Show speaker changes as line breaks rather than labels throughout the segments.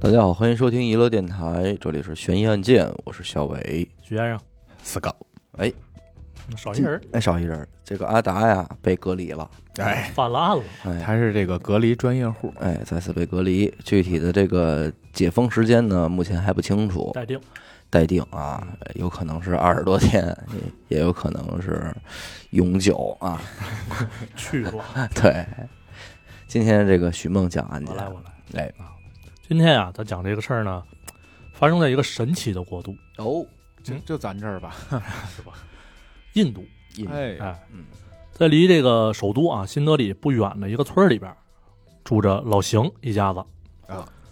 大家好，欢迎收听娱乐电台，这里是悬疑案件，我是小伟。
许先生，
死搞，
少一人
哎，少一人，这个阿达呀被隔离了，
哎，
犯了案了，
哎
他是这个隔离专业户，
哎，再次被隔离。具体的这个解封时间呢，目前还不清楚，
待定。
待定啊，有可能是二十多天， 也也有可能是永久啊。
去吧，
对，今天这个许梦讲案
我
件，
来，我来。
哎，
今天啊，咱讲这个事儿呢，发生在一个神奇的国度
哦，
就就咱这儿吧。
——印度。
印度
哎，
哎
嗯，
在离这个首都啊新德里不远的一个村儿里边，住着老邢一家子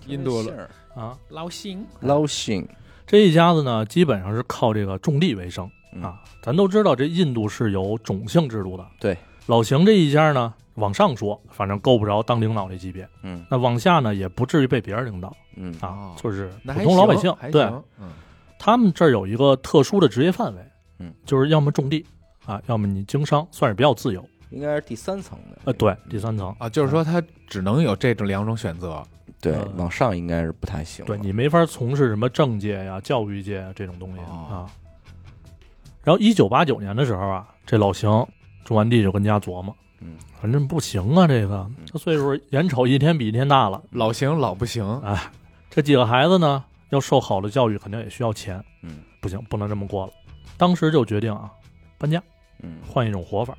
印度
这儿
啊。
捞心，
捞信，
这一家子呢，基本上是靠这个种地为生
嗯
啊。咱都知道，这印度是有种姓制度的。
对，
老邢这一家呢，往上说，反正够不着当领导那级别；
嗯
那往下呢，也不至于被别人领导
嗯
啊
哦，
就是
那
普
还
通老百
行
姓。
还
对，
行嗯，
他们这儿有一个特殊的职业范围，
嗯，
就是要么种地啊，要么你经商，算是比较自由。
应该是第三层的，
呃，对，第三层，
啊，就是说他只能有这种两种选择，
对
呃，
往上应该是不太行了，
对你没法从事什么政界呀、教育界呀这种东西、啊。
哦
然后一九八九年的时候啊，这老邢种完地就跟家琢磨，
嗯，
反正不行啊，这个这岁数眼瞅一天比一天大了，
老行老不行，
哎，这几个孩子呢要受好的教育，肯定也需要钱，
嗯
不行，不能这么过了。当时就决定啊，搬家，
嗯，
换一种活法。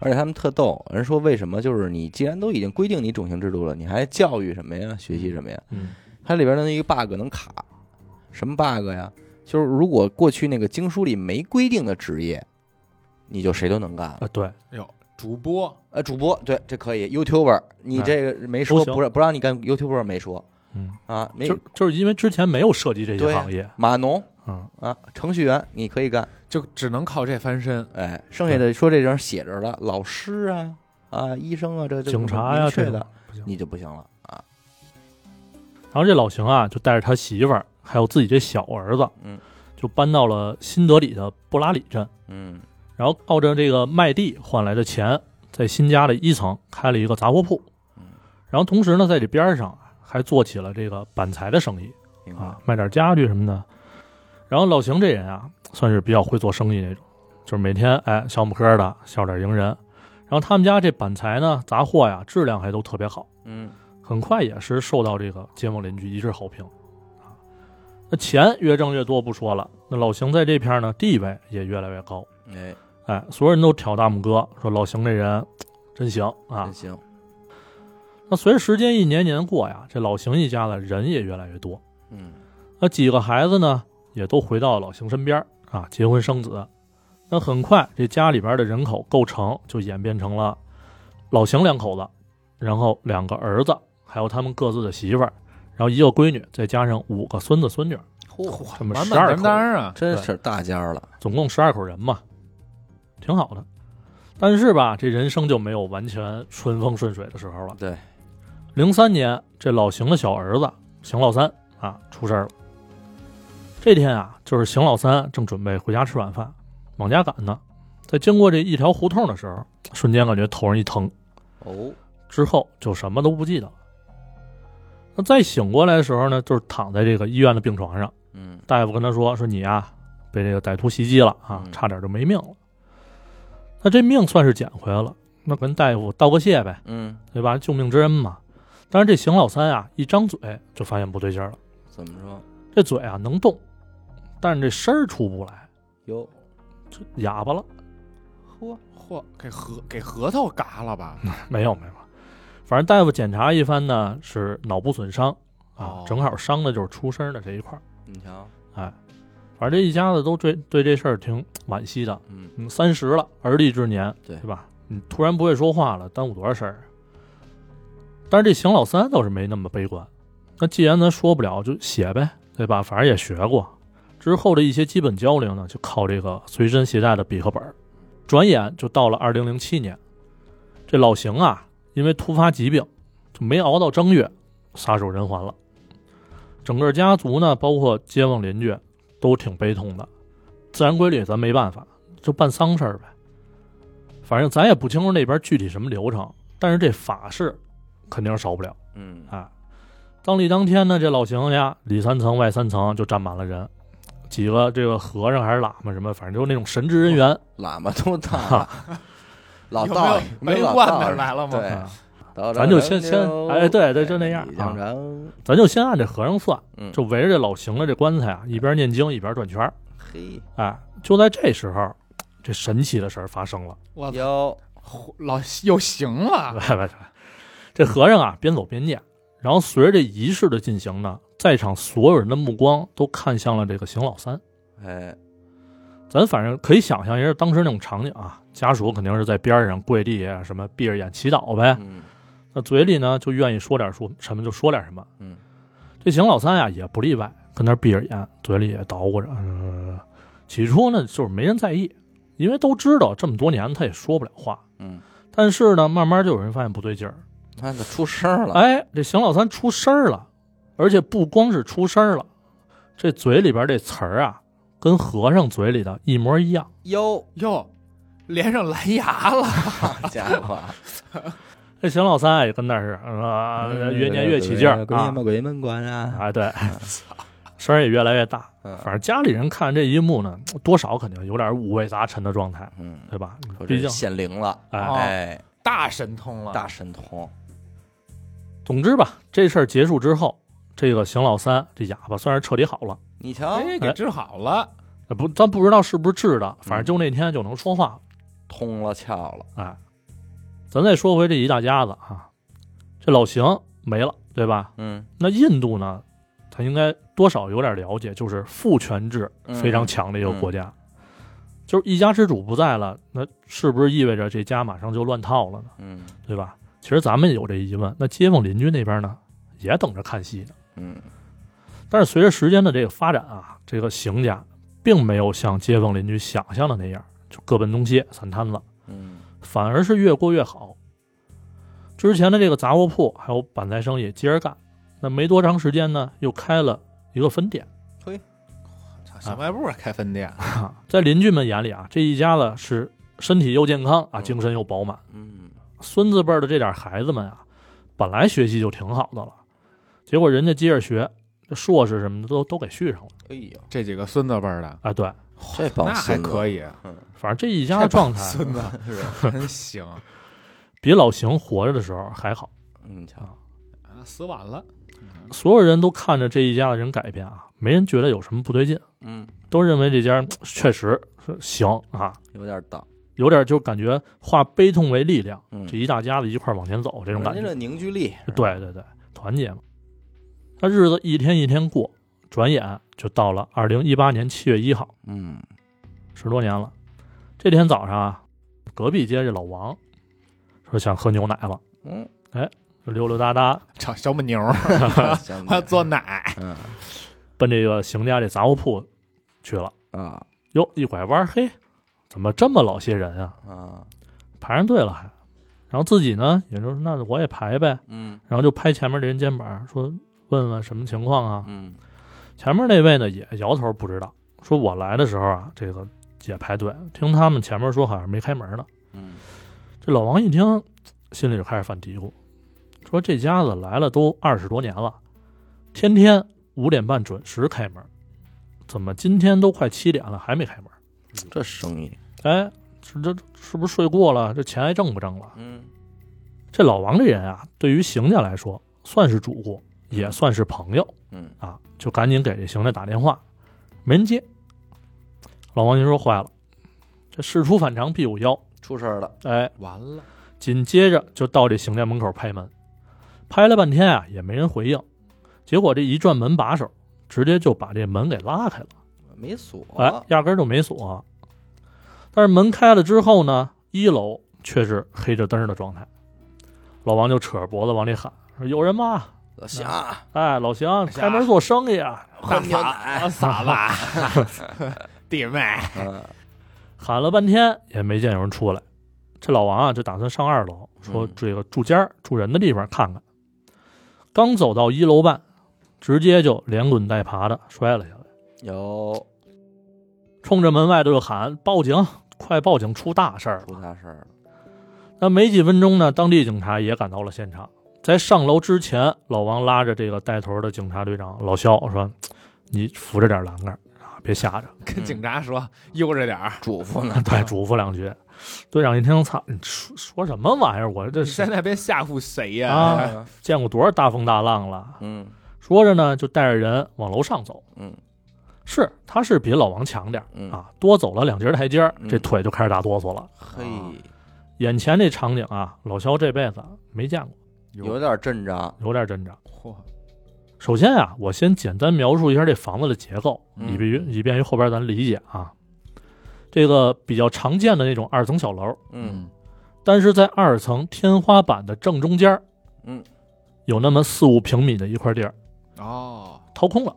而且他们特逗，人说为什么就是你既然都已经规定你种姓制度了，你还教育什么呀？学习什么呀？
嗯，
它里边的那一个 bug 能卡，什么 bug 呀？就是如果过去那个经书里没规定的职业，你就谁都能干了。
啊，对，
哟，主播
呃，主播对，这可以，YouTuber，你
哎
这个没说，
都行
不是不让你干 YouTuber 没说
嗯。
啊，没
就就是因为之前没有涉及这些
对啊
行业，
码农
嗯，
啊，程序员你可以干，
就只能靠这翻身，
哎，剩下的说这人写着了，老师啊啊，医生啊，这这
警察呀、
明
这
确
种
的
不行。
你就不行了啊，
然后这老邢啊，就带着他媳妇儿还有自己这小儿子，
嗯，
就搬到了新德里的布拉里镇，
嗯
然后靠着这个卖地换来的钱，在新家的一层开了一个杂货铺
嗯，
然后同时呢，在这边上还做起了这个板材的生意
明白
啊，卖点家具什么的。然后老邢这人啊，算是比较会做生意那种，就是每天哎笑呵呵的，笑脸迎人。然后他们家这板材呢，杂货呀，质量还都特别好，
嗯
很快也是受到这个街坊邻居一致好评啊。那钱越挣越多不说了，那老邢在这片儿呢地位也越来越高，
哎，
哎，所有人都挑大拇哥，说老邢这人真行啊
真。行，
那随着时间一年年过呀，这老邢一家的人也越来越多，
嗯
那几个孩子呢也都回到老邢身边儿啊，结婚生子。那很快这家里边的人口构成就演变成了老邢两口子，然后两个儿子，还有他们各自的媳妇儿，然后一个闺女，再加上五个孙子孙女，
嚯，
这么
满
十
满
二
当
口，
当啊，
真是大家儿了，
总共十二口人嘛，挺好的。但是吧，这人生就没有完全顺风顺水的时候了。
对，
零三年，这老邢的小儿子邢老三啊出事儿了。这天啊，就是邢老三正准备回家吃晚饭，往家赶呢，在经过这一条胡同的时候，瞬间感觉头上一疼，
哦，
之后就什么都不记得了。那再醒过来的时候呢，就是躺在这个医院的病床上，
嗯
大夫跟他说：“说你呀、被这个歹徒袭击了啊
嗯，
差点就没命了。”那这命算是捡回来了，那跟大夫道个谢呗，
嗯，
对吧？救命之恩嘛。但是这邢老三啊，一张嘴就发现不对劲儿了，
怎么说？
这嘴啊能动，但是这声儿出不来，
哟，
这哑巴了。
嚯，
嚯，给核给核桃嘎了吧？
没有没有，反正大夫检查一番呢，是脑部损伤啊
哦，
正好伤的就是出声的这一块儿。
你瞧，
哎，反正这一家子都对对这事儿挺惋惜的。
嗯，
嗯，三十了，而立之年，
对
对吧？你突然不会说话了，耽误多少事儿啊？但是这邢老三倒是没那么悲观。那既然咱说不了，就写呗，对吧？反正也学过，之后的一些基本交流呢，就靠这个随身携带的笔和本儿。转眼就到了二零零七年，这老邢啊，因为突发疾病，就没熬到正月，撒手人寰了。整个家族呢，包括街坊邻居，都挺悲痛的。自然规律咱没办法，就办丧事儿呗。反正咱也不清楚那边具体什么流程，但是这法事肯定是少不了
嗯
啊。葬礼当天呢，这老邢家里三层外三层就站满了人，几个这个和尚还是喇嘛什么，反正就是那种神职人员。
喇嘛都到了， 老
有
道
没有白
老
罐
道
那儿来了吗？
对
啊
到
咱就先先哎对对就那样啊
啊，
咱就先按这和尚算，
嗯
就围着这老邢的这棺材啊，一边念经一边转圈儿。
嘿
哎，就在这时候，这神奇的事儿发生了。
我操
哟，
老又行
啊
了，
来来来，这和尚啊边走边念，然后随着这仪式的进行呢，在场所有人的目光都看向了这个邢老三。
哎
咱反正可以想象一下当时那种场景啊，家属肯定是在边上跪地啊，什么闭着眼祈祷呗，
嗯
那嘴里呢就愿意说点说什么就说点什么。
嗯，
这邢老三呀、啊也不例外，跟那儿闭着眼，嘴里也捣鼓着。嗯，起初呢就是没人在意，因为都知道这么多年他也说不了话。
嗯，
但是呢，慢慢就有人发现不对劲儿，
他可出声了，
哎，这邢老三出声儿了，而且不光是出声儿了，这嘴里边这词儿啊，跟和尚嘴里的一模一样。
哟，
哟，连上蓝牙了，
好家伙，
啊这邢老三啊也跟那是啊、
嗯
越念越起劲 儿
鬼
啊
门，鬼门关啊，
哎对， 声儿也越来越大。
嗯
反正家里人看这一幕呢，多少肯定有点五味杂陈的状态，
嗯，
对吧
说？
毕
这
竟，
显灵了，
哎，
哦
哎，
大神通了，
大神通，
总之吧，这事儿结束之后，这个邢老三这哑巴算是彻底好了。
你瞧，
哎，给治好了，
呃不，咱不知道是不是治的，
嗯
反正就那天就能说话了。
通了窍了，
哎，咱再说回这一大家子啊，这老邢没了，对吧？
嗯，
那印度呢，他应该多少有点了解，就是父权制
嗯
非常强的一个国家，就是一家之主不在了，那是不是意味着这家马上就乱套了呢？
嗯，
对吧？其实咱们有这疑问，那街坊邻居那边呢，也等着看戏呢。
嗯
但是随着时间的这个发展啊，这个邢家并没有像街坊邻居想象的那样就各奔东西散摊子，
嗯嗯，
反而是越过越好。之前的这个杂货铺还有板材生意接着干，那没多长时间呢，又开了一个分店。
操小卖部开分店，
啊在邻居们眼里啊，这一家子是身体又健康啊，
嗯
精神又饱满。
嗯，
孙子辈儿的这点孩子们啊，本来学习就挺好的了，结果人家接着学，这硕士什么的都都给续上了。
哎呦，
这几个孙子辈儿的，
哎，对，
这
那
帮
还
孙子
可以，
反正这一家的状态
孙子 是真行，啊
比老邢活着的时候还好。
嗯，你瞧，
啊死晚了，
所有人都看着这一家的人改变啊，没人觉得有什么不对劲。
嗯，
都认为这家嗯确实是行啊，
有点道，
有点就感觉化悲痛为力量，
嗯
这，一大家子一块儿往前走这种感
人家
觉
这。凝聚力，
对对对，团结嘛。那日子一天一天过，转眼就到了二零一八年七月一号，
嗯，
十多年了。这天早上啊，隔壁街这老王说想喝牛奶了，
嗯，
溜溜达达
找小母牛儿，
行
我要做奶，
嗯
奔这个邢家这杂货铺去了。
啊
哟，一拐弯，嘿，怎么这么老些人啊？
啊，
排上队了还，然后自己呢也就是那我也排呗，
嗯
然后就拍前面这人肩膀说问问什么情况啊？
嗯
前面那位呢也摇头不知道，说我来的时候啊这个也排队，听他们前面说好像没开门呢。
嗯
这老王一听，心里就开始犯嘀咕，说这家子来了都二十多年了，天天五点半准时开门，怎么今天都快七点了还没开门？
这生意，
哎，这这是不是睡过了？这钱还挣不挣了？
嗯
这老王这人啊，对于邢家来说算是主顾，也算是朋友
嗯
啊，就赶紧给这邢家打电话，没人接。老王就说坏了，这事出反常必有妖，
出事儿了，
哎，
完了，
紧接着就到这邢家门口拍门，拍了半天啊也没人回应，结果这一转门把手，直接就把这门给拉开了，
没锁，
哎，压根儿就没锁。但是门开了之后呢，一楼却是黑着灯儿的状态，老王就扯着脖子往里喊说：“有人吗？”
老夏
哎，老邢
是啊
开门做生意啊，
喝牛
我
奶，
嫂子，弟妹，
嗯，
喊了半天也没见有人出来。这老王啊，就打算上二楼，说
嗯
这个住家儿住人的地方看看。刚走到一楼半，直接就连滚带爬的摔了下来，
有
冲着门外头就喊：“报警！快报警！出大事儿了
出大事儿了，！”
那没几分钟呢，当地警察也赶到了现场，在上楼之前，老王拉着这个带头的警察队长老肖说：“你扶着点栏杆啊，别吓 着。
跟警察说悠着点儿，
嘱咐呢”，
对，嘱咐两句。队长一听，操，你说说什么玩意儿？我这
你在
是
那边吓唬谁呀、
嗯啊见过多少大风大浪了？
嗯
说着呢，就带着人往楼上走。
嗯，
是，他是比老王强点儿
嗯，
啊，多走了两节台阶儿，
嗯
这腿就开始打哆嗦了。
嘿，
眼前这场景啊，老肖这辈子没见过，
有点阵仗，
有点真着。
嚯，
首先啊，我先简单描述一下这房子的结构，
嗯
以便于以便于后边咱理解啊。这个比较常见的那种二层小楼，
嗯，
但是在二层天花板的正中间儿，
嗯，
有那么四五平米的一块地儿
哦
掏空了。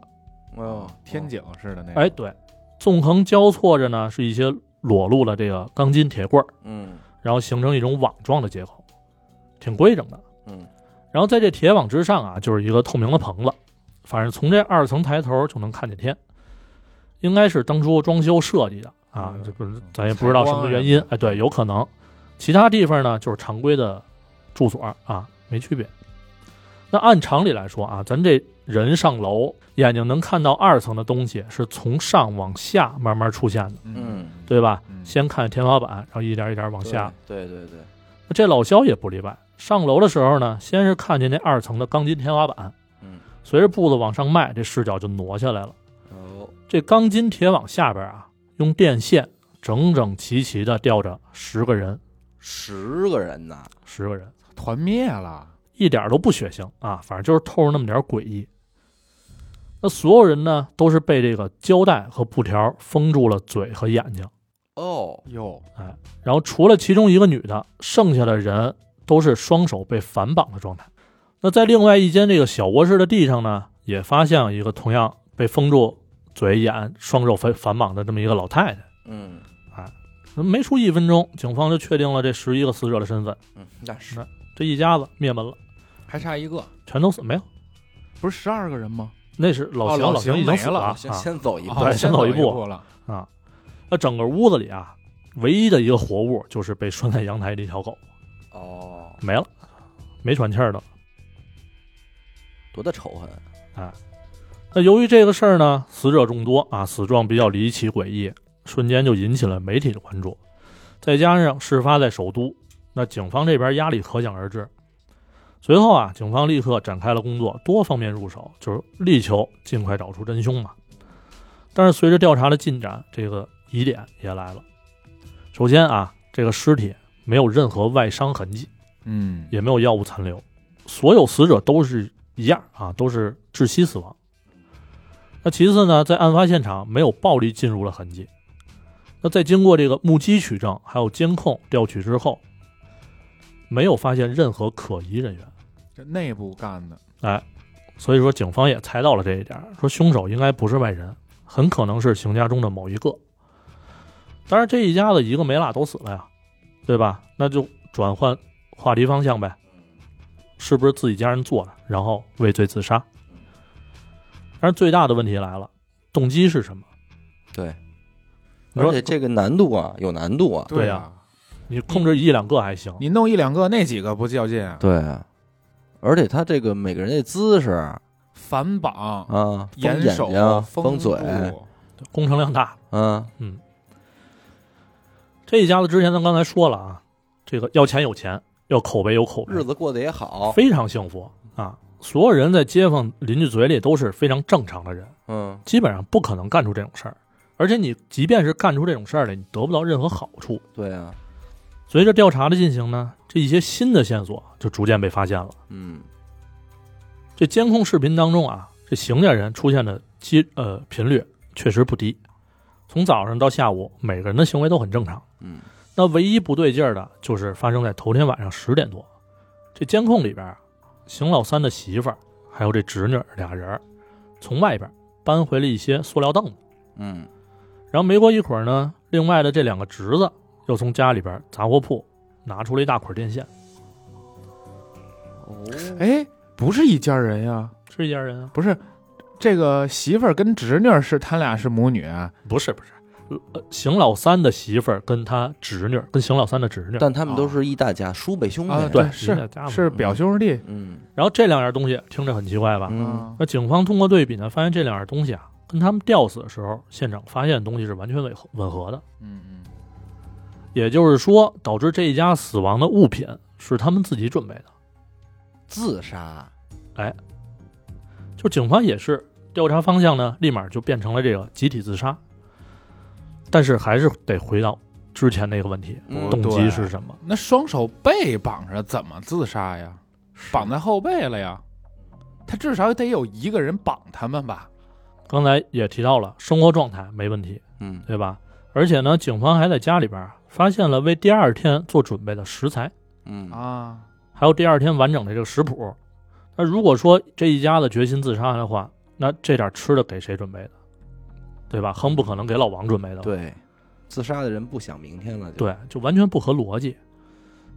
哦，
天井似的那个，
哎，对，纵横交错着呢是一些裸露的这个钢筋铁棍儿，
嗯
然后形成一种网状的结构，挺规整的。
嗯
然后在这铁网之上啊，就是一个透明的棚子，反正从这二层抬头就能看见天，应该是当初装修设计的啊
嗯，
这不咱也不知道什么原因，哎，对，有可能。其他地方呢，就是常规的住所啊，没区别。那按常理来说啊，咱这人上楼，眼睛能看到二层的东西是从上往下慢慢出现的，
嗯，
对吧？
嗯
先看天花板，然后一点一点往下，
对对对，
这老肖也不例外。上楼的时候呢，先是看见那二层的钢筋天花板，
嗯，
随着步子往上迈，这视角就挪下来了。
哦，
这钢筋铁网下边啊，用电线整整齐齐的吊着十个人，
十个人呐，
十个人，
团灭了，
一点都不血腥啊，反正就是透着那么点诡异。那所有人呢，都是被这个胶带和布条封住了嘴和眼睛，
哦，
哟，
然后除了其中一个女的，剩下的人都是双手被反绑的状态。那在另外一间这个小卧室的地上呢，也发现了一个同样被封住嘴、眼、双手反反绑的这么一个老太太。啊
嗯
没出一分钟，警方就确定了这十一个死者的身份，
嗯，那是
这一家子灭门了，
还差一个，
全都死没有。
不是十二个人吗？
那是老
哦
邢，
老
老邢
邢
已经
没
死
了
了啊
先。先走一步，
哦
对先走一
一
步
了，
那整个屋子里啊，唯一的一个活物就是被拴在阳台的一条狗，
哦，
没了，没喘气儿的了。
多大仇恨，啊
那由于这个事儿呢，死者众多啊，死状比较离奇诡异，瞬间就引起了媒体的关注。再加上事发在首都，那警方这边压力可想而知。随后啊，警方立刻展开了工作，多方面入手，就是力求尽快找出真凶嘛。但是随着调查的进展，这个疑点也来了。首先啊，这个尸体没有任何外伤痕迹，
嗯，
也没有药物残留，所有死者都是一样啊，都是窒息死亡。那其次呢，在案发现场没有暴力进入的痕迹。那在经过这个目击取证还有监控调取之后，没有发现任何可疑人员，
这内部干的，
所以说警方也猜到了这一点，说凶手应该不是外人，很可能是邢家中的某一个。当然，这一家子一个没落都死了呀，对吧？那就转换话题方向呗，是不是自己家人做的，然后畏罪自杀？但是最大的问题来了，动机是什么？
对，
你
而
说
且这个难度啊，有难度啊，
对呀
呀，
你控制一两个还行，
你弄一两个，那几个不较劲啊？
对啊，而且他这个每个人的姿势啊，
反绑，
封眼
严守
睛、封
封
嘴，
住
工程量大。
嗯
这一家子之前咱刚才说了啊，这个要钱有钱，要口碑有口碑，
日子过得也好，
非常幸福啊！所有人在街坊邻居嘴里都是非常正常的人，
嗯
基本上不可能干出这种事儿。而且你即便是干出这种事儿来，你得不到任何好处。
对啊，
随着调查的进行呢，这一些新的线索就逐渐被发现了。
嗯
这监控视频当中啊，这邢家人出现的机呃频率确实不低，从早上到下午，每个人的行为都很正常。
嗯
那唯一不对劲儿的就是发生在头天晚上十点多，这监控里边儿，邢老三的媳妇儿还有这侄女儿俩人儿从外边儿搬回了一些塑料凳子，
嗯
然后没过一会儿呢，另外的这两个侄子又从家里边儿杂货铺拿出了一大捆电线，
哦，
哎，不是一家人呀，
是一家人啊？
不是。这个媳妇儿跟侄女儿是他俩是母女啊，
不是不是，呃邢老三的媳妇儿跟他侄女儿，跟邢老三的侄女儿，
但他们都是一大家，叔辈兄
啊
弟。
对
是
你在家嘛
是表兄弟
嗯
然后这两样东西听着很奇怪吧？
嗯，
啊
那警方通过对比呢，发现这两样东西啊，跟他们吊死的时候现场发现的东西是完全吻合吻合的。
嗯嗯
也就是说，导致这一家死亡的物品是他们自己准备的。
自杀，
就警方也是调查方向呢，立马就变成了这个集体自杀。但是还是得回到之前那个问题，
嗯
动机
对
是什么？
那双手被绑着怎么自杀呀？
嗯
绑在后背了呀？他至少得有一个人绑他们吧？
刚才也提到了，生活状态没问题，
嗯
对吧？而且呢，警方还在家里边啊发现了为第二天做准备的食材。
嗯
啊，
还有第二天完整的这个食谱。那如果说这一家子决心自杀的话，那这点吃的给谁准备的？对吧？很不可能给老王准备的。
对，自杀的人不想明天了就，
对就完全不合逻辑。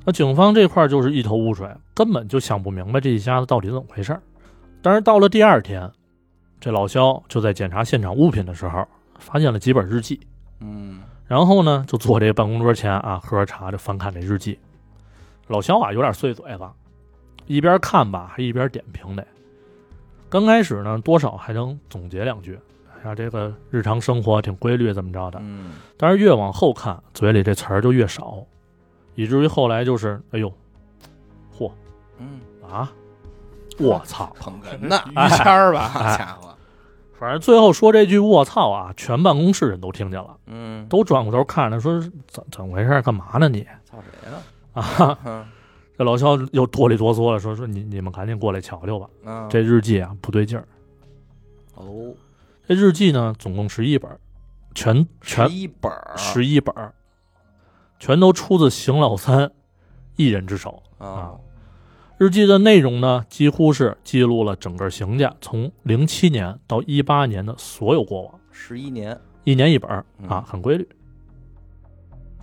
那警方这块儿就是一头雾水，根本就想不明白这一家子到底怎么回事儿。但是到了第二天，这老肖就在检查现场物品的时候，发现了几本日记。
嗯
然后呢，就坐这办公桌前啊，喝着茶就翻看这日记。老肖啊，有点碎嘴子，一边看吧，还一边点评得。刚开始呢，多少还能总结两句，哎呀，这个日常生活挺规律，怎么着的。
嗯
但是越往后看，嘴里这词儿就越少，以至于后来就是，哎呦，嚯
嗯，
啊，我操！
捧哏哎呢，
于谦儿吧，
好家伙，
反正最后说这句“我操”啊，全办公室人都听见了，
嗯，
都转过头看着，说怎怎么回事儿？干嘛呢你？
操谁了？
啊，
嗯
这老肖又哆里哆嗦了，说说你你们赶紧过来瞧瞧吧，
啊
这日记啊不对劲儿。
哦，
这日记呢，总共十一本儿，全全
十一本儿
十一本儿，啊全都出自邢老三一人之手。
啊，
日记的内容呢，几乎是记录了整个邢家从零七年到一八年的所有过往，
十一年，
一年一本儿啊
嗯，
很规律。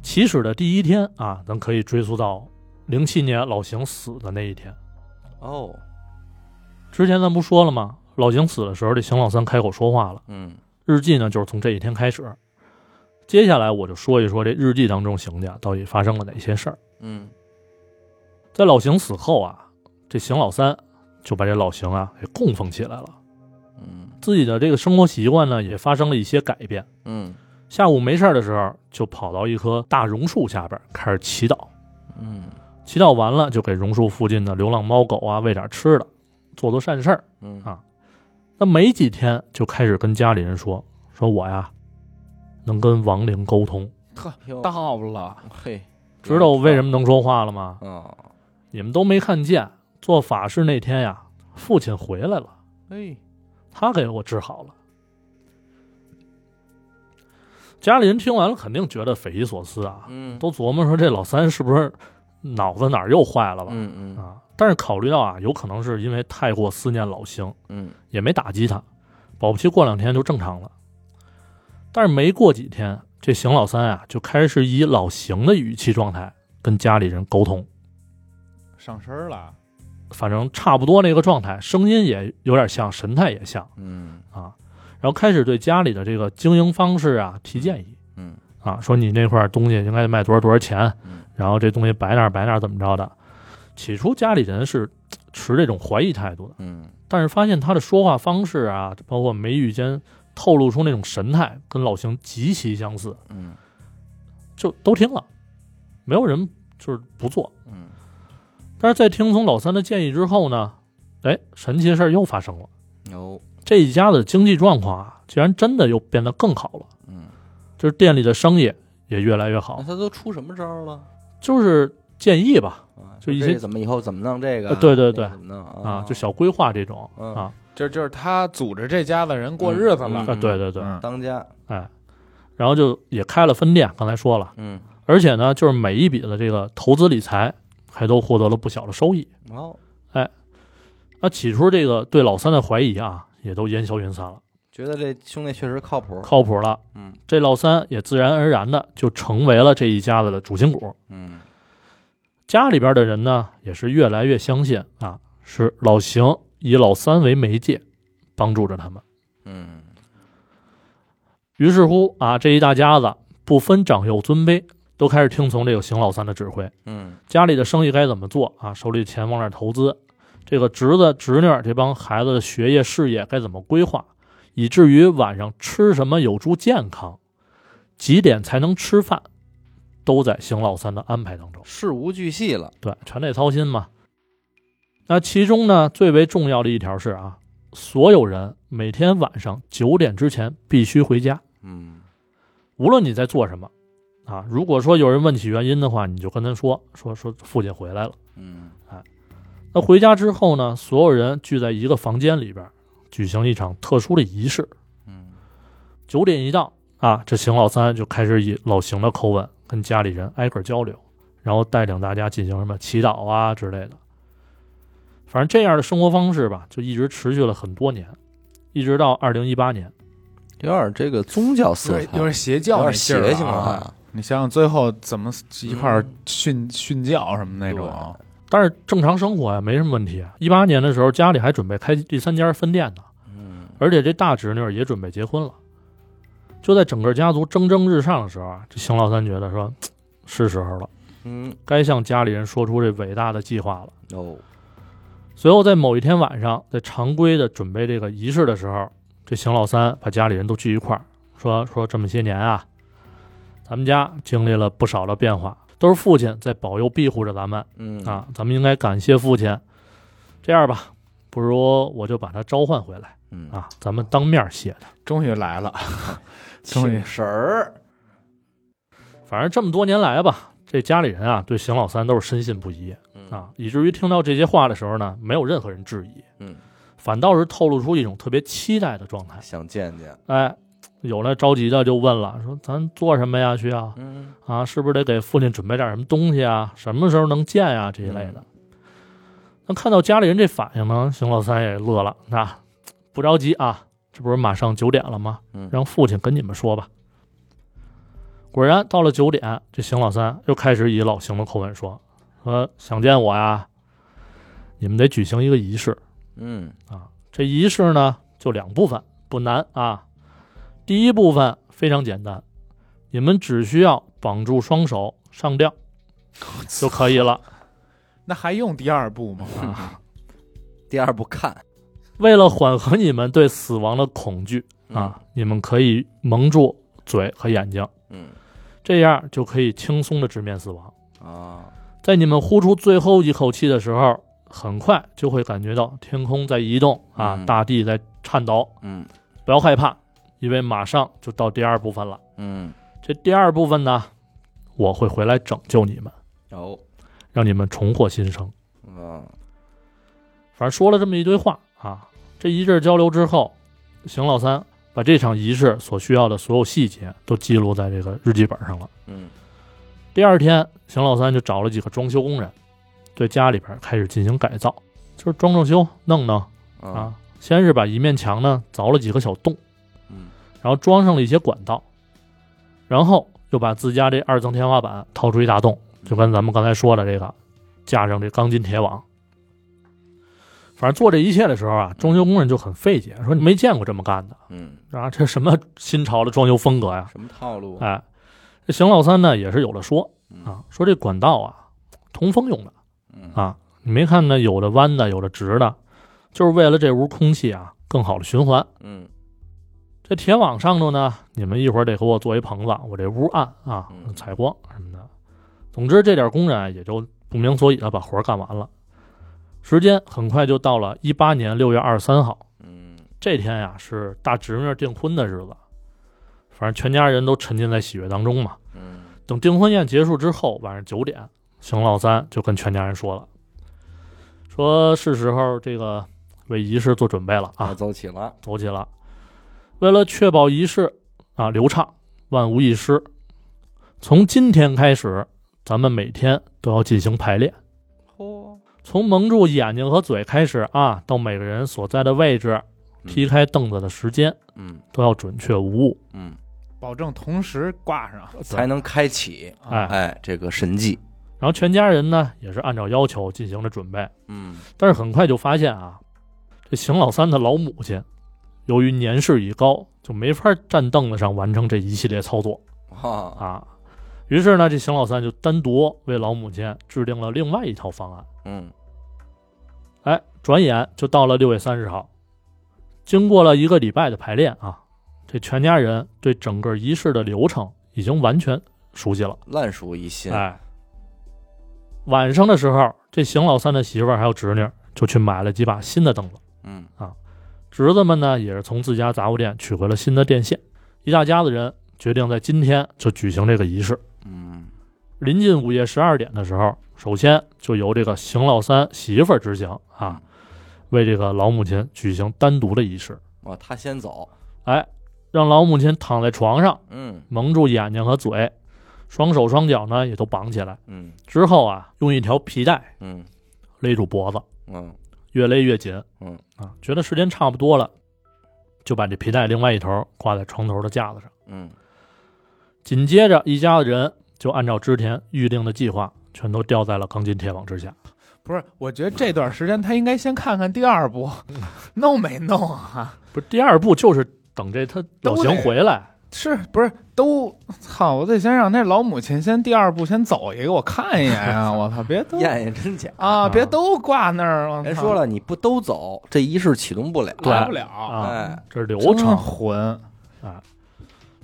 起始的第一天啊，咱可以追溯到零七年老邢死的那一天。
哦，
之前咱不说了吗？老邢死的时候，这邢老三开口说话了。
嗯
日记呢，就是从这一天开始。接下来我就说一说这日记当中邢家到底发生了哪些事儿。
嗯
在老邢死后啊，这邢老三就把这老邢啊给供奉起来了，
嗯
自己的这个生活习惯呢也发生了一些改变。
嗯
下午没事儿的时候，就跑到一棵大榕树下边开始祈祷。
嗯
祈祷完了，就给榕树附近的流浪猫狗啊喂点吃的，做做善事儿。
嗯
啊那没几天就开始跟家里人说，说我呀能跟亡灵沟通，
哟
到了，
嘿，
知道我为什
么？
么能说话了吗？
哦，
你们都没看见，做法事那天呀，父亲回来了，
哎，
他给我治好了。家里人听完了肯定觉得匪夷所思啊，
嗯，
都琢磨说这老三是不是脑子哪儿又坏了吧？
嗯嗯
啊，但是考虑到啊，有可能是因为太过思念老邢，
嗯
也没打击他，保不齐过两天就正常了。但是没过几天，这邢老三啊就开始以老邢的语气状态跟家里人沟通，
上身了，
反正差不多那个状态，声音也有点像，神态也像
嗯
啊。然后开始对家里的这个经营方式啊提建议
嗯
啊，说你那块儿东西应该卖多少多少钱，
嗯
然后这东西摆哪儿摆哪儿怎么着的。起初家里人是持这种怀疑态度的。
嗯
但是发现他的说话方式啊，包括眉宇间透露出那种神态，跟老邢极其相似，
嗯
就都听了，没有人就是不做。
嗯，
但是在听从老三的建议之后呢，哎，神奇的事儿又发生了，
有，
这一家的经济状况啊，竟然真的又变得更好了，
嗯，
就是店里的生意也越来越
那
好，
他都出什么招儿了？
就是建议吧，
啊，
就一
这个
些
怎么以后怎么弄这个啊？
呃对对
那个
对
怎么弄哦
啊，就小规划这种
嗯
啊，
就就是他组织这家的人过日子
嗯
了，
啊，对对对，
嗯
当家，
哎，然后就也开了分店，刚才说了。
嗯，
而且呢，就是每一笔的这个投资理财，还都获得了不小的收益。
然后
那起初这个对老三的怀疑啊，也都烟消云散了，
觉得这兄弟确实靠谱，
靠谱了。
嗯
这老三也自然而然的就成为了这一家子的主心骨。啊
嗯
家里边的人呢，也是越来越相信啊，是老邢以老三为媒介，帮助着他们。
嗯
于是乎啊，这一大家子不分长幼尊卑，都开始听从这个邢老三的指挥。
嗯
家里的生意该怎么做啊？手里的钱往哪儿投资？这个侄子侄女儿这帮孩子的学业事业该怎么规划？以至于晚上吃什么有助健康，几点才能吃饭，都在邢老三的安排当中。
事无巨细了，
对，全得操心嘛。那其中呢，最为重要的一条是啊，所有人每天晚上九点之前必须回家，
嗯
无论你在做什么啊。如果说有人问起原因的话，你就跟他说说说父亲回来了。
嗯
那回家之后呢，所有人聚在一个房间里边，举行一场特殊的仪式。
嗯
九点一到啊，这邢老三就开始以老邢的口吻跟家里人挨个交流，然后带领大家进行什么祈祷啊之类的。反正这样的生活方式吧，就一直持续了很多年，一直到二零一八年。
有点这个宗教
有
色
点
彩，
有点邪教
有
那
点
劲儿
邪性
了啊！
啊，
你想想最后怎么一块儿
嗯
训训教什么那种啊，
但是正常生活呀、没什么问题啊。一八年的时候，家里还准备开第三家分店呢，
嗯
而且这大侄女儿也准备结婚了。就在整个家族蒸蒸日上的时候啊，这邢老三觉得说，嘖是时候了，
嗯
该向家里人说出这伟大的计划了。
哦
随后，在某一天晚上，在常规的准备这个仪式的时候，这邢老三把家里人都聚一块儿，说说这么些年啊，咱们家经历了不少的变化，都是父亲在保佑庇护着咱们
嗯
啊，咱们应该感谢父亲。这样吧，不如我就把他召唤回来
嗯
啊，咱们当面谢他。
终于来了，终于
请神儿，
反正这么多年来吧，这家里人啊对邢老三都是深信不疑
嗯
啊，以至于听到这些话的时候呢，没有任何人质疑，
嗯，
反倒是透露出一种特别期待的状态。
想见见，
哎，有那着急的就问了，说咱做什么呀？需要
嗯
啊，是不是得给父亲准备点什么东西啊？什么时候能见呀？这一类的。那看到家里人这反应呢，邢老三也乐了，那、不着急啊，这不是马上九点了吗？
嗯
让父亲跟你们说吧。果然到了九点，这邢老三又开始以老邢的口吻说：“说想见我呀，你们得举行一个仪式。”
嗯
啊，这仪式呢就两部分，不难啊。第一部分非常简单，你们只需要绑住双手上吊就可以了。
那还用第二步吗？啊
第二步看
为了缓和你们对死亡的恐惧啊，，你们可以蒙住嘴和眼睛，
嗯
这样就可以轻松的直面死亡。
嗯啊
在你们呼出最后一口气的时候，很快就会感觉到天空在移动啊，
嗯
大地在颤抖。
嗯
不要害怕，因为马上就到第二部分了。
嗯
这第二部分呢，我会回来拯救你们，
哦
让你们重获新生。
嗯
反正说了这么一堆话啊，这一阵交流之后，邢老三把这场仪式所需要的所有细节都记录在这个日记本上了。
嗯
第二天，邢老三就找了几个装修工人，对家里边开始进行改造，就是装装修、弄弄啊。先是把一面墙呢凿了几个小洞，
嗯
然后装上了一些管道，然后又把自家这二层天花板掏出一大洞，就跟咱们刚才说的这个，架上这钢筋铁网。反正做这一切的时候啊，装修工人就很费解，说你没见过这么干的
嗯，
啊，这什么新潮的装修风格呀？
什么套路？
哎，这邢老三呢也是有了说
嗯
啊，说这管道啊，通风用的
嗯
啊，你没看呢，有的弯的，有的直的，就是为了这屋空气啊更好的循环。
嗯
这铁网上头呢，你们一会儿得给我做一棚子，我这屋暗啊
嗯，
采光什么的。总之，这点工人啊也就不明所以的把活儿干完了。时间很快就到了一八年六月二十三号，
嗯
这天呀是大侄女订婚的日子，反正全家人都沉浸在喜悦当中嘛。
嗯
等订婚宴结束之后，晚上九点，邢老三就跟全家人说了，说是时候这个为仪式做准备了啊
要，走起了，
走起了。为了确保仪式啊流畅，万无一失，从今天开始，咱们每天都要进行排练，
嚯，
从蒙住眼睛和嘴开始啊，到每个人所在的位置，踢开凳子的时间
嗯
都要准确无误。
嗯，
保证同时挂上。
才能开启
哎，
哎这个神迹，
然后全家人呢也是按照要求进行了准备，
嗯
但是很快就发现啊，这邢老三的老母亲由于年事已高，就没法站凳子上完成这一系列操作
啊，
啊。于是呢，这邢老三就单独为老母亲制定了另外一套方案。
嗯
哎，转眼就到了六月三十号，经过了一个礼拜的排练啊，这全家人对整个仪式的流程已经完全熟悉了。
烂熟于心，
哎，晚上的时候，这邢老三的媳妇儿还有侄女就去买了几把新的凳子，
嗯
侄子们呢也是从自家杂物店取回了新的电线，一大家子人决定在今天就举行这个仪式。
嗯
临近午夜十二点的时候，首先就由这个邢老三媳妇儿执行啊，，为这个老母亲举行单独的仪式。
哦，他先走，
哎，让老母亲躺在床上，
嗯
蒙住眼睛和嘴，双手双脚呢也都绑起来。
嗯
之后啊，用一条皮带
嗯
勒住脖子，
嗯
越勒越紧。
嗯
啊，觉得时间差不多了，就把这皮带另外一头挂在床头的架子上。
嗯
紧接着，一家子人就按照之前预定的计划，全都吊在了钢筋铁网之下。
不是，我觉得这段时间他应该先看看第二部，弄没弄啊？
不是第二步就是等这他老邢回来，
是不是都操？我得先让那老母亲先第二部先走一个，我看一眼啊！我操，别都
验验真假。
啊，别都挂那儿！我操
人说了，你不都走，这仪式启动不了。
对
来不了
啊
哎，
这是流
真
程
混，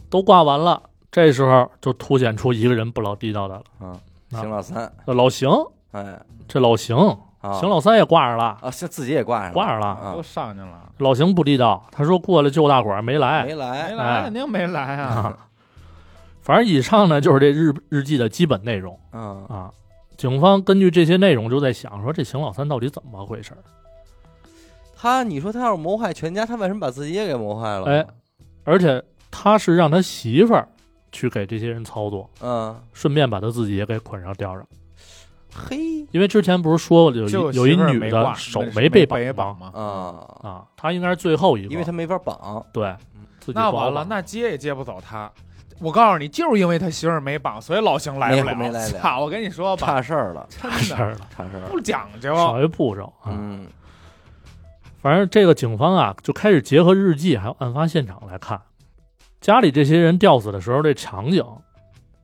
都挂完了。这时候就凸显出一个人不老地道的了，
邢老三，
那老邢，
哎，
这老邢，
啊，
邢老三也挂着了，
啊，是自己也挂上了，
挂上了。
啊
都，上去了，
老邢不地道，他说过来救大伙儿没来
没
没
来，
来肯定没来啊！
啊。反正以上呢就是这日日记的基本内容
嗯
啊。警方根据这些内容就在想说，这邢老三到底怎么回事儿？
他，你说他要是谋害全家，他为什么把自己也给谋害了？
哎，而且他是让他媳妇儿去给这些人操作，
嗯，
顺便把他自己也给捆上吊上。
嘿，
因为之前不是说过有一
就
有一
媳妇儿
女
没
的
挂
手
那是
没
没
被
被
绑吗？
吗？
啊，
啊，她应该是最后一个，
因为他没法绑，
对自己
嗯那
挂
完了， 那接也接不走他。我告诉你，就是因为他媳妇儿没绑，所以老邢来不了。
没没来了
操！我跟你说吧，
差事儿了，
真
事
的
儿了，
差事儿了，
不讲究。
少一步骤啊。
嗯
反正这个警方啊，就开始结合日记还有案发现场来看，家里这些人吊死的时候这场景，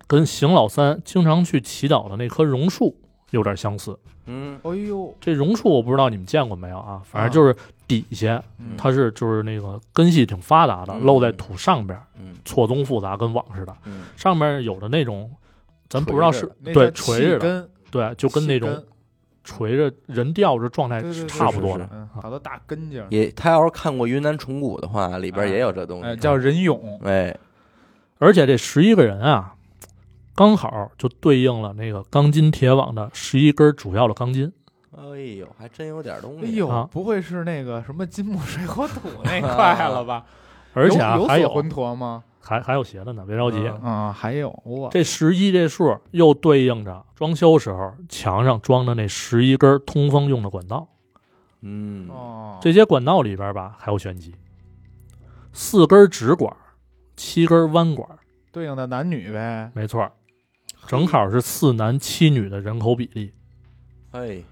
跟邢老三经常去祈祷的那棵榕树有点相似。
嗯
哎呦，
这榕树我不知道你们见过没有啊，反正就是底下
嗯
它是就是那个根系挺发达的，
嗯
露在土上边，
嗯
错综复杂，跟网似的。
嗯，
上面有的那种，咱不知道是
垂
那
对
叫
垂
气
着的，
根
对，就跟那种
气
垂着人吊着状态
对对
是
对
差不多
是
的
是。
嗯，好多大根筋儿，
也，他要是看过云南虫谷的话，里边也有这东
哎，
西，
叫人俑，
哎，
而且这十一个人啊，刚好就对应了那个钢筋铁网的十一根主要的钢筋。
哎呦，还真有点东
哎
西，
啊
呦，不会是那个什么金木水火 土那块了吧？
而且啊
有，
还
有
有
锁魂陀吗？
还还有鞋的呢，别着急。
嗯
啊，还有哇，
这十一这数又对应着装修时候墙上装的那十一根通风用的管道。
嗯，
哦，
这些管道里边吧，还有玄机：四根直管，七根弯管。
对应的男女呗，
没错儿，正好是四男七女的人口比例。
哎，
也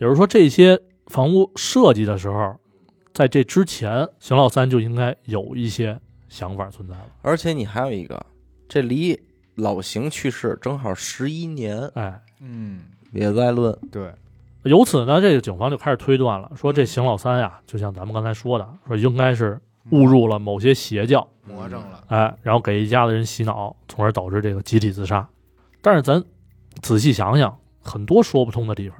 就是说，这些房屋设计的时候，在这之前，邢老三就应该有一些想法存在了。
而且你还有一个，这离老邢去世正好十一年，
哎，
嗯，
也在论，
对，
由此呢，这个警方就开始推断了，说这邢老三呀，就像咱们刚才说的，说应该是误入了某些邪教，
魔怔了，
哎，然后给一家子人洗脑，从而导致这个集体自杀。但是咱仔细想想，很多说不通的地方。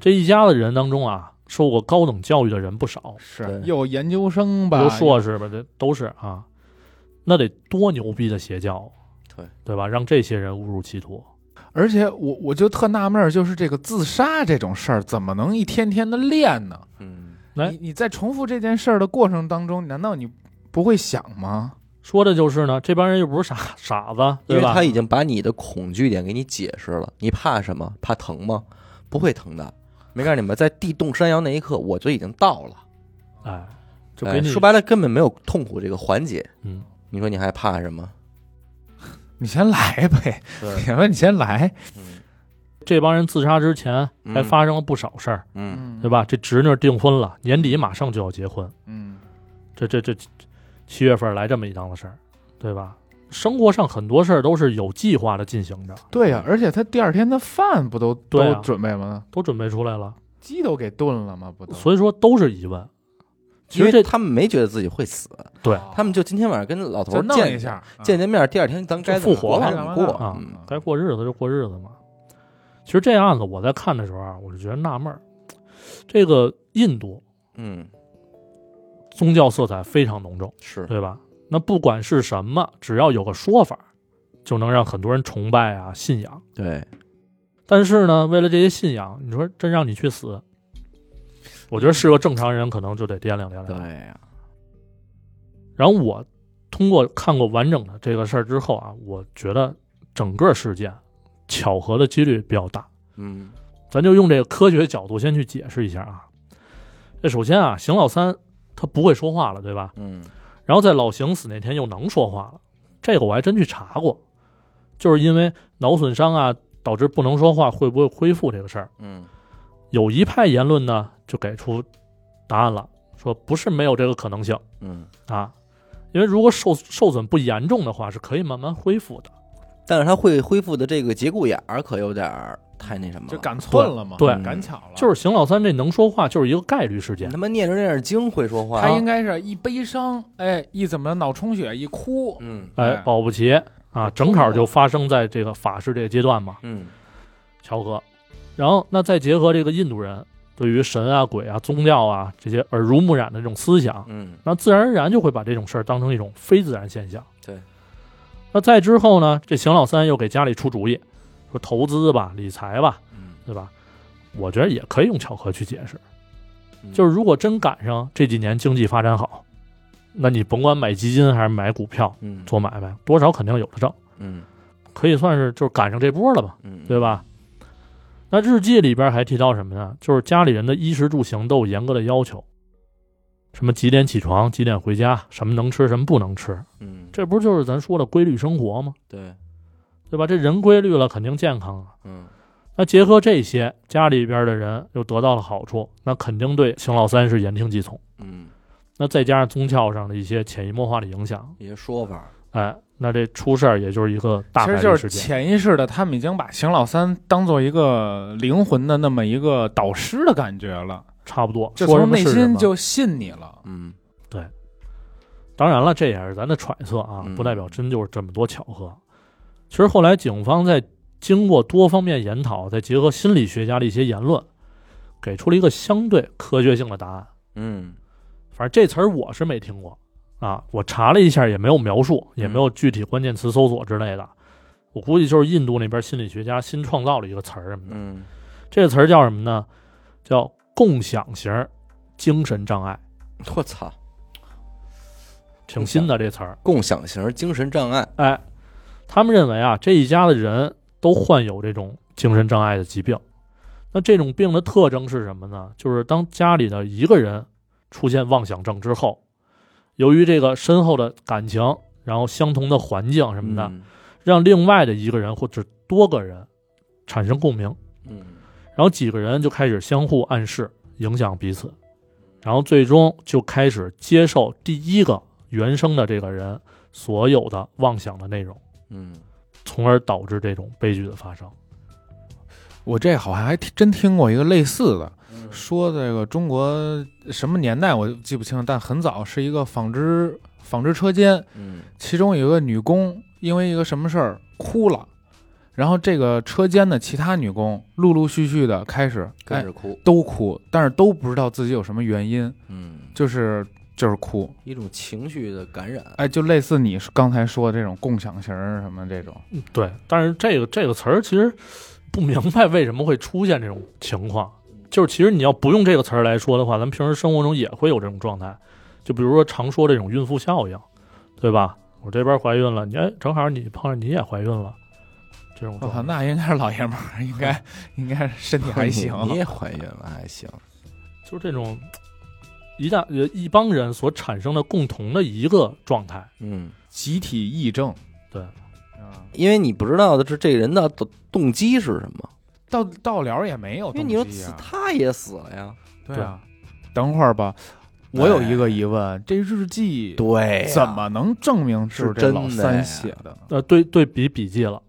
这一家子人当中啊，受过高等教育的人不少，
是
对
有研究生吧，
有硕士吧，这都是啊，那得多牛逼的邪教，啊
对
对吧？让这些人误入歧途，
而且我我就特纳闷儿，就是这个自杀这种事儿，怎么能一天天的练呢？
嗯，
哎
你你在重复这件事儿的过程当中，难道你不会想吗？
说的就是呢，这帮人又不是傻傻子，
因
对
为
吧
他？已经把你的恐惧点给你解释了，你怕什么？怕疼吗？不会疼的。没告诉你们，在地动山摇那一刻，我就已经到了。
哎，就给
哎
你
说白了，根本没有痛苦这个环节。
嗯，
你说你还怕什么？
你先来呗，
对，
铁问你先来，
嗯，
这帮人自杀之前还
嗯
发生了不少事儿，
嗯
嗯，
对？吧？这侄女订婚了，年底马上就要结婚，
嗯
这这这七月份来这么一档子事儿，对吧？生活上很多事儿都是有计划的进行着，，
嗯
对呀、而且他第二天的饭不都
对啊
都准备吗？
都准备出来了，
鸡都给炖了吗？不都？
所以说都是疑问。
嗯因
其实
为哦
这
他们没觉得自己会死，
对
他们就今天晚上跟老头
就
儿
弄
见
一下，
见见面，第二天咱该
啊就复活
了，
了
怎么过
啊
嗯
该过日子就过日子嘛。其实这案子我在看的时候啊，我就觉得纳闷儿，这个印度
嗯，
宗教色彩非常浓重，
是，
对吧？那不管是什么，只要有个说法，就能让很多人崇拜啊、信仰。
对，
但是呢，为了这些信仰，你说真让你去死，我觉得是个正常人可能就得掂量掂
对
量。
呀，
然后我通过看过完整的这个事儿之后啊，我觉得整个事件巧合的几率比较大。
嗯
咱就用这个科学角度先去解释一下啊。这首先啊，邢老三他不会说话了，对吧？
嗯
然后在老邢死那天又能说话了，这个我还真去查过，就是因为脑损伤啊导致不能说话，会不会恢复这个事儿，
嗯
有一派言论呢就给出答案了，说不是没有这个可能性
嗯，
啊，因为如果受受损不严重的话，是可以慢慢恢复的。
但是他会恢复的这个节骨眼儿可有点儿太那什么
就
了，嗯
赶寸了嘛，
对
赶巧了，
就是邢老三这能说话就是一个概率事件
你，他妈念着念着经会说话，
他应该是一悲伤，哎，一怎么脑充血一哭，
嗯
哎，
哎
保不齐啊，正好就发生在这个法师这个阶段嘛，
嗯
巧合。然后那再结合这个印度人对于神啊、鬼啊、宗教啊这些耳濡目染的这种思想，
嗯
那自然而然就会把这种事儿当成一种非自然现象。
对。
那再之后呢，这邢老三又给家里出主意，说投资吧、理财吧，
嗯
对吧？我觉得也可以用巧合去解释，
嗯，
就是如果真赶上这几年经济发展好，那你甭管买基金还是买股票
嗯
做买卖，多少肯定有的挣。
嗯
可以算是就是赶上这波了吧，
嗯，
对吧？那日记里边还提到什么呢？就是家里人的衣食住行都有严格的要求，什么几点起床，几点回家，什么能吃，什么不能吃，
嗯，
这不就是咱说的规律生活吗？
对，
对吧？这人规律了，肯定健康啊。
嗯
那结合这些，家里边的人又得到了好处，那肯定对邢老三是言听计从。
嗯，
那再加上宗教上的一些潜移默化的影响，
一些说法儿，
哎，那这出事儿也就是一个大
其
概
实
率
就是
事件。
潜意识的，他们已经把邢老三当做一个灵魂的那么一个导师的感觉了，
差不多，
就
说什
从
么
内
是什
心
么
就信你了。
嗯
当然了，这也是咱的揣测啊
嗯，
不代表真就是这么多巧合。其实后来警方在经过多方面研讨，再结合心理学家的一些言论，给出了一个相对科学性的答案。
嗯
反正这词儿我是没听过啊，我查了一下也没有描述，也没有具体关键词搜索之类的。我估计就是印度那边心理学家新创造了一个词儿什么的，
嗯
这个词儿叫什么呢？叫共享型精神障碍，
我操，
挺新的这词儿。
共享型精神障碍，
哎，他们认为啊，这一家的人都患有这种精神障碍的疾病。那这种病的特征是什么呢？就是当家里的一个人出现妄想症之后，由于这个深厚的感情，然后相同的环境什么的，
嗯
让另外的一个人或者多个人产生共鸣，
嗯
然后几个人就开始相互暗示，影响彼此，
嗯
然后最终就开始接受第一个原生的这个人所有的妄想的内容。
嗯
从而导致这种悲剧的发生。
我这好像还听真听过一个类似的，
嗯
说这个中国什么年代我记不清了，但很早是一个纺织呃纺织车间，
嗯
其中有一个女工因为一个什么事儿哭了，然后这个车间的其他女工陆陆续续的开始
跟
哎
着哭，
都哭，但是都不知道自己有什么原因，
嗯，
就是就是哭，
一种情绪的感染，
哎，就类似你刚才说的这种共享型儿什么这种，
对，但是这个这个词儿其实不明白为什么会出现这种情况。就是其实你要不用这个词儿来说的话，咱们平时生活中也会有这种状态。就比如说常说这种孕妇效应，对吧？我这边怀孕了，你哎，正好你碰上你也怀孕了，这种
我
状
靠，
哦
态。
哦那应该是老爷们儿，应 该应该是身体还行，
你也怀孕了还行，
就是这种一旦呃一帮人所产生的共同的一个状态。
嗯，
集体癔症，
对
啊，
因为你不知道的是这个人的动动机是什么，
到到了也没有
因为
动
你说
机
死
啊，
他也死了呀，
对啊。等会儿吧，我有一个疑问，这日记
对
怎么能证明就是这
真
老
的
三
呀
写的呢？
呃，对对比笔记了，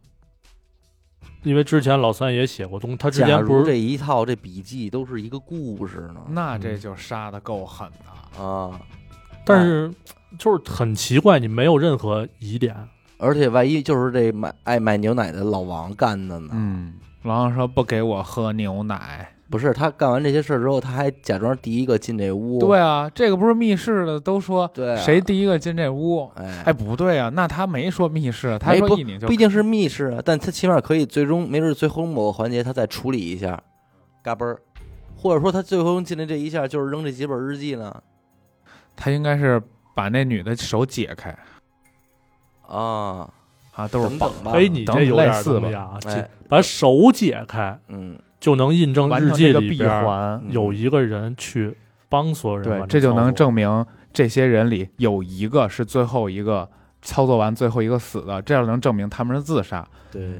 因为之前老三也写过东，他之
假
前
如
不是
这一套这笔记都是一个故事呢？
那这就杀的够狠的，
啊，
但是就是很奇怪，你没有任何疑点，
啊
而且万一就是这买爱买牛奶的老王干的呢？
嗯。然后说不给我喝牛奶，
不是，他干完这些事儿之后，他还假装第一个进这屋。
对啊，这个不是密室的，都说
对啊
谁第一个进这屋？
哎
哎，不对啊，那他没说密室，他
哎
没
说
不
一拧就
不一定是密室啊，但他起码可以最终没准最后某个环节他再处理一下，嘎嘣儿，或者说他最后进来这一下就是扔这几本日记呢
他应该是把那女的手解开
啊，
啊，都是
等
绑
等吧，
哎，你
等
这有点
类似吧
东西啊，
哎
解把手解开
嗯，
就能印证
完
日
成
记
这个
里
闭
边儿
环，
嗯
有一个人去帮所有人
对，
完成
这就
操
能
作
证明这些人里有一个是最后一个操作完最后一个死的，这样能证明他们是自杀。
对，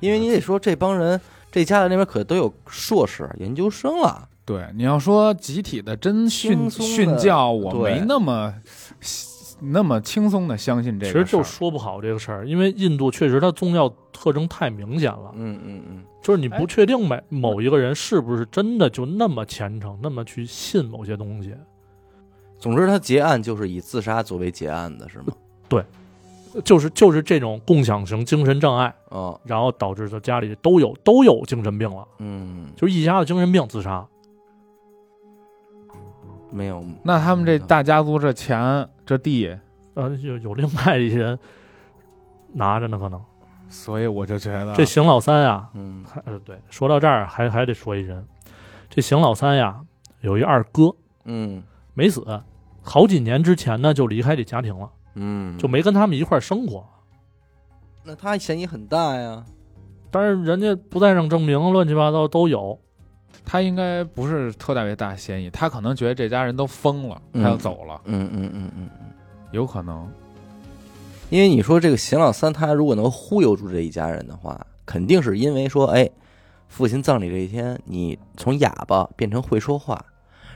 因为你得说这帮人这家的那边可都有硕士研究生了，
对，你要说集体的真训
轻松的
训教，我
对
没那么那么轻松的相信这
其
个。
实就，说不好这个事儿，因为印度确实它宗教特征太明显了，
嗯嗯嗯，
就是你
哎
不确定每某一个人是不是真的就那么虔诚，那么去信某些东西。
总之他结案就是以自杀作为结案的是吗？
就是就是这种共享型精神障碍，
哦，
然后导致他家里都有都有精神病了，
嗯，
就是一家子精神病自杀。
没有，
那他们
嗯
这大家族这钱这地，
呃，有有另外一些人拿着呢，可能
所以我就觉得
这邢老三 啊，
嗯
还呃对，说到这儿还还得说一人，这邢老三呀有一二哥
嗯
没死，好几年之前呢就离开这家庭了，
嗯，
就没跟他们一块儿生活。
那他嫌疑很大呀，
但是人家不在场证明，乱七八糟都有。
他应该不是特大别大嫌疑，他可能觉得这家人都疯了，他
嗯
要走了，
嗯嗯嗯嗯嗯。
有可能。
因为你说这个邢老三，他如果能忽悠住这一家人的话，肯定是因为说，哎，父亲葬礼这一天，你从哑巴变成会说话，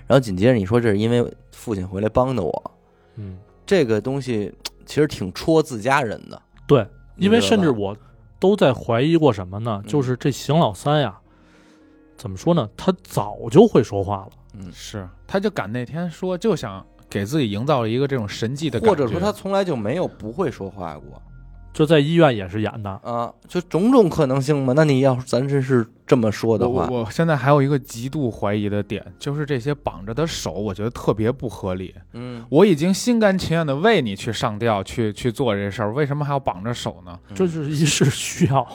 然后紧接着你说这是因为父亲回来帮的我，
嗯，
这个东西其实挺戳自家人的。
对，因为甚至
你知道吧
我都在怀疑过什么呢？
嗯
就是这邢老三呀，怎么说呢？他早就会说话了。
是，他就赶那天说，就想给自己营造一个这种神迹的感觉，
或者说他从来就没有不会说话过
就在医院也是演的，
啊，就种种可能性嘛。那你要是咱真是这么说的话，
我我现在还有一个极度怀疑的点，就是这些绑着的手，我觉得特别不合理。
嗯，
我已经心甘情愿的为你去上吊，去去做这事儿，为什么还要绑着手呢？
嗯
这是一是需要。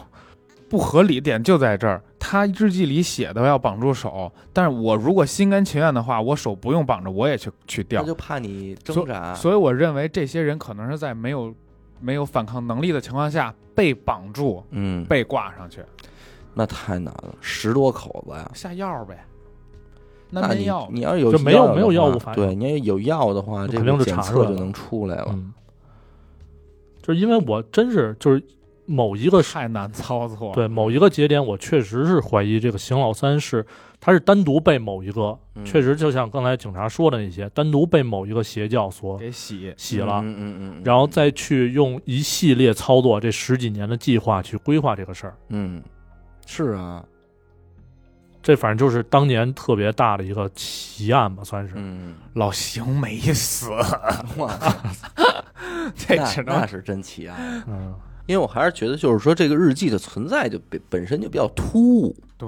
不合理点就在这儿，他日记里写的要绑住手，但是我如果心甘情愿的话，我手不用绑着，我也去去
他
吊。
嗯就怕你挣扎，
所以我认为这些人可能是在没有没有反抗能力的情况下被绑住，
嗯，
被挂上去
那太难了，十多口子呀。
下药呗，那
那
没
你
药
你要是有
就没有
的
没有药
话
物反应
对，你要有药的话，
那
这
肯定
个
就
检
查出
测
来
就
了
能出来了。
嗯，就是因为我真是就是某一个
太难操作了。
对某一个节点，我确实是怀疑这个邢老三是他是单独被某一个，
嗯
确实就像刚才警察说的那些，单独被某一个邪教所
给洗，
洗了，
嗯嗯嗯，嗯
然后再去用一系列操作这十几年的计划去规划这个事儿。
嗯，是啊，
这反正就是当年特别大的一个奇案吧，算是。
嗯，
老邢没死，
哇，
哎
这
那
只能
那是真奇啊！
嗯，
因为我还是觉得，就是说这个日记的存在就本本身就比较突兀，
对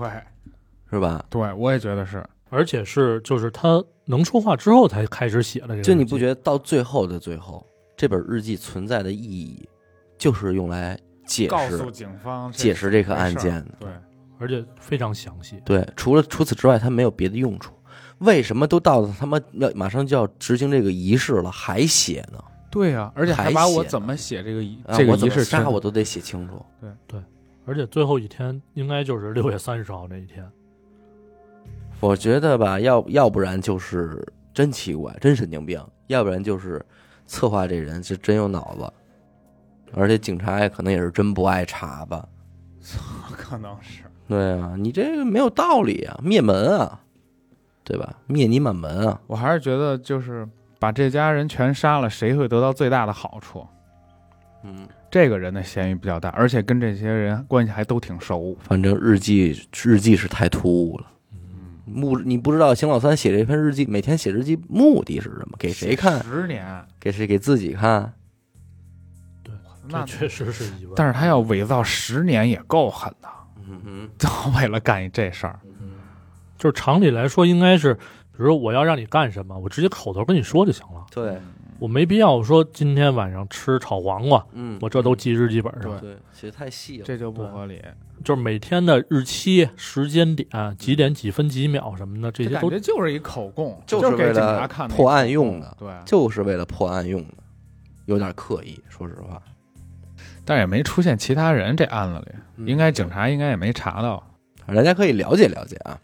是吧？
对，我也觉得是。
而且是就是他能说话之后才开始写的这个日记。
就你不觉得到最后的最后，这本日记存在的意义，就是用来解
告诉
释
警方
解释这个案
事儿
件的。
对，
而且非常详细。
对，除了除此之外，它没有别的用处。为什么都到了他妈要马上就要执行这个仪式了，还写呢？
对呀、而且还
还
把
写
我
呢
怎么写这个仪、
啊
这个
我怎
仪
么
式
杀
真
我都得写清楚。
而且最后一天应该就是六月三十号那一天。
我觉得吧，要要不然就是真奇怪，真神经病；要不然就是策划这人是真有脑子，而且警察也可能也是真不爱查吧。
可能是
对啊，你这个没有道理啊，灭门啊，对吧？灭你满门啊！
我还是觉得就是把这家人全杀了，谁会得到最大的好处？
嗯，
这个人的嫌疑比较大，而且跟这些人关系还都挺熟。
反正日记日记是太突兀了。嗯目你不知道邢老三写这篇日记，每天写日记目的是什么？给谁看？
十年，
给谁？给自己看？
那
这确实是疑问。
但是他要伪造十年也够狠的，
嗯哼，
就为了干一这事儿。
就是常理来说，应该是，比如说我要让你干什么，我直接口头跟你说就行了，
对，
嗯
我没必要说今天晚上吃炒黄瓜，
嗯，
我这都记日记本上。
对
对写太细了，
这就不合理。
就是每天的日期、时间点、几点几分几秒什么的，这
这
些
感
都
觉就是一口供，
就是
是
为
给警
了
察看的
破案用的
一口供对，
就是为了破案用的，有点刻意，说实话。
但是也没出现其他人这案子里，
嗯
应该警察应该也没查到。
大家可以了解了解啊。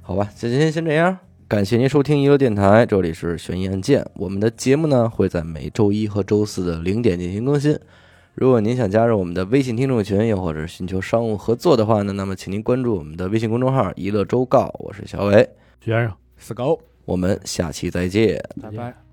好吧，今天先这样，感谢您收听一乐电台，这里是悬疑案件。我们的节目呢会在每周一和周四的零点进行更新。如果您想加入我们的微信听众群，又或者寻求商务合作的话呢，那么请您关注我们的微信公众号“一乐周告”，我是小伟，
学生，
死狗，
我们下期再见。
拜
再见
拜。